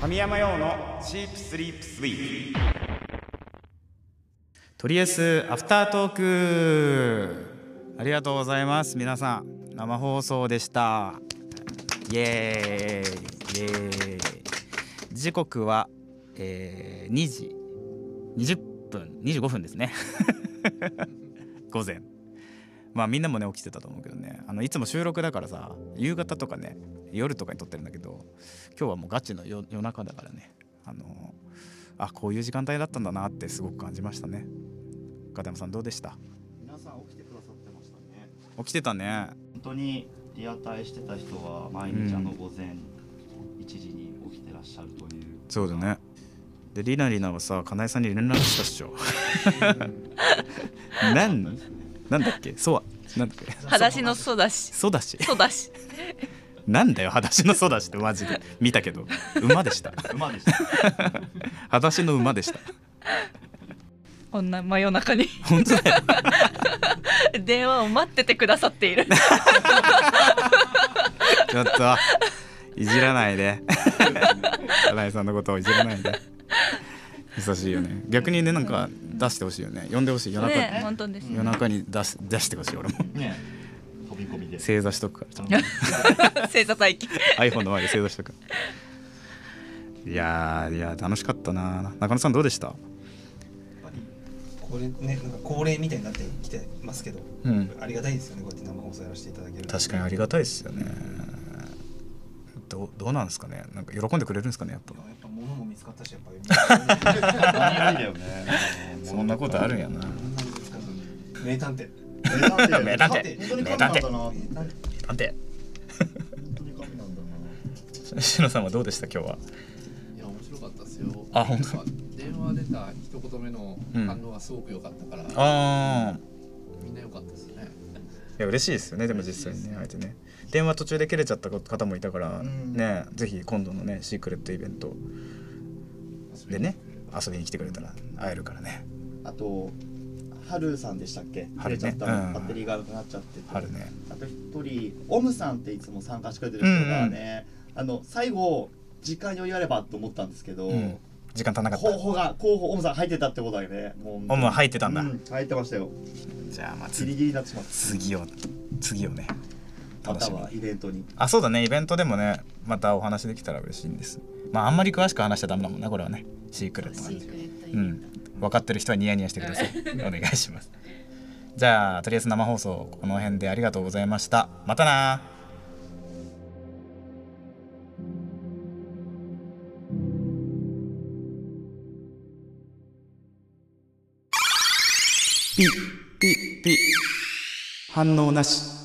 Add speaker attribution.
Speaker 1: 神山用のシープスリープスイートとりあえずアフタートークありがとうございます皆さん生放送でしたイエーイイエーイ時刻は、えー、2時20分25分ですね 午前まあみんなもね起きてたと思うけどねあのいつも収録だからさ夕方とかね夜とかに撮ってるんだけど今日はもうガチの夜夜中だからねあのあこういう時間帯だったんだなってすごく感じましたね片山さんどうでした
Speaker 2: 皆さん起きてくださってましたね
Speaker 1: 起きてたね
Speaker 2: 本当にリアタイしてた人は毎日あの午前1時に起きてらっしゃるという、
Speaker 1: そうだねでリナリナはさかなえさんに連絡したっし ょなんなんだっけそうなんだっけ
Speaker 3: 裸足のソだし
Speaker 1: ソダシ
Speaker 3: ソだし
Speaker 1: なんだよ裸足のソダシってマジで見たけど馬でした
Speaker 2: 馬でした
Speaker 1: 裸足の馬でした
Speaker 3: こんな真夜中に
Speaker 1: 本当だよ
Speaker 3: 電話を待っててくださっている
Speaker 1: ちょっといじらないで 金井さんのことをいじらないで優しいよね逆にねなんか出してほしいよね呼んでほしい夜中に、
Speaker 3: ね本当です
Speaker 1: 夜中に出し出してほしい俺も
Speaker 2: ね飛び込みで
Speaker 1: 正座しとくからちゃんと
Speaker 3: 正座待機
Speaker 1: iPhone の前で正座しとくいやーいやー楽しかったな中野さんどうでした
Speaker 4: これねなんか恒例みたいになってきてますけど、
Speaker 1: うん
Speaker 4: ありがたいですよねこうやって生放送やらせていただける
Speaker 1: 確かにありがたいですよねどうどうなんですかねなんか喜んでくれるんですかねやっぱ
Speaker 4: いややっぱ物も見つかったしやっぱり
Speaker 2: 何よりだよね
Speaker 1: そんなことあるんやな
Speaker 4: 名探偵
Speaker 1: 名
Speaker 2: 名
Speaker 1: 探
Speaker 2: 探
Speaker 1: 偵
Speaker 2: 偵
Speaker 4: 本当に
Speaker 1: 名探偵
Speaker 4: なん
Speaker 1: なんて
Speaker 5: 本当に神なんだな。
Speaker 1: しのさんはどうでした今日はい
Speaker 5: や面白かったですよ。
Speaker 1: あ本当
Speaker 5: なんか電話出た一言目の反応がすごく良かったから、
Speaker 1: ああ
Speaker 5: みんな良かったですね。
Speaker 1: いや嬉しいですよねでも実際にねあえてね電話途中で切れちゃった方もいたから、
Speaker 4: ん
Speaker 1: ねぜひ今度のねシークレットイベントでね遊びに来てくれたら会えるからね
Speaker 2: あとハルさんでしたっけ
Speaker 1: ハルね
Speaker 2: 切れちゃった
Speaker 1: うん
Speaker 2: バッテリーがなくなっちゃってて
Speaker 1: 春ね
Speaker 2: あと一人オムさんっていつも参加してくれてる人がね、あの最後時間余裕あればと思ったんですけど、
Speaker 1: うん時間足んなかっ
Speaker 2: 候
Speaker 1: た
Speaker 2: 補が候補オムさん入ってたってことだよねもう
Speaker 1: オムは入ってたんだ、
Speaker 2: うん、入ってましたよ
Speaker 1: じゃあまあ
Speaker 2: ギリ
Speaker 1: 次
Speaker 2: ギリになってしまった
Speaker 1: 次を次をね
Speaker 2: ま
Speaker 1: 楽
Speaker 2: た
Speaker 1: しみに
Speaker 2: はイベントに
Speaker 1: あそうだねイベントでもねまたお話できたら嬉しいんですまああんまり詳しく話しちゃダメだもんねこれはねシークレットなんでうん、分かってる人はニヤニヤしてくださいお願いしますじゃあとりあえず生放送この辺でありがとうございましたまたなピッピッピッ反応なし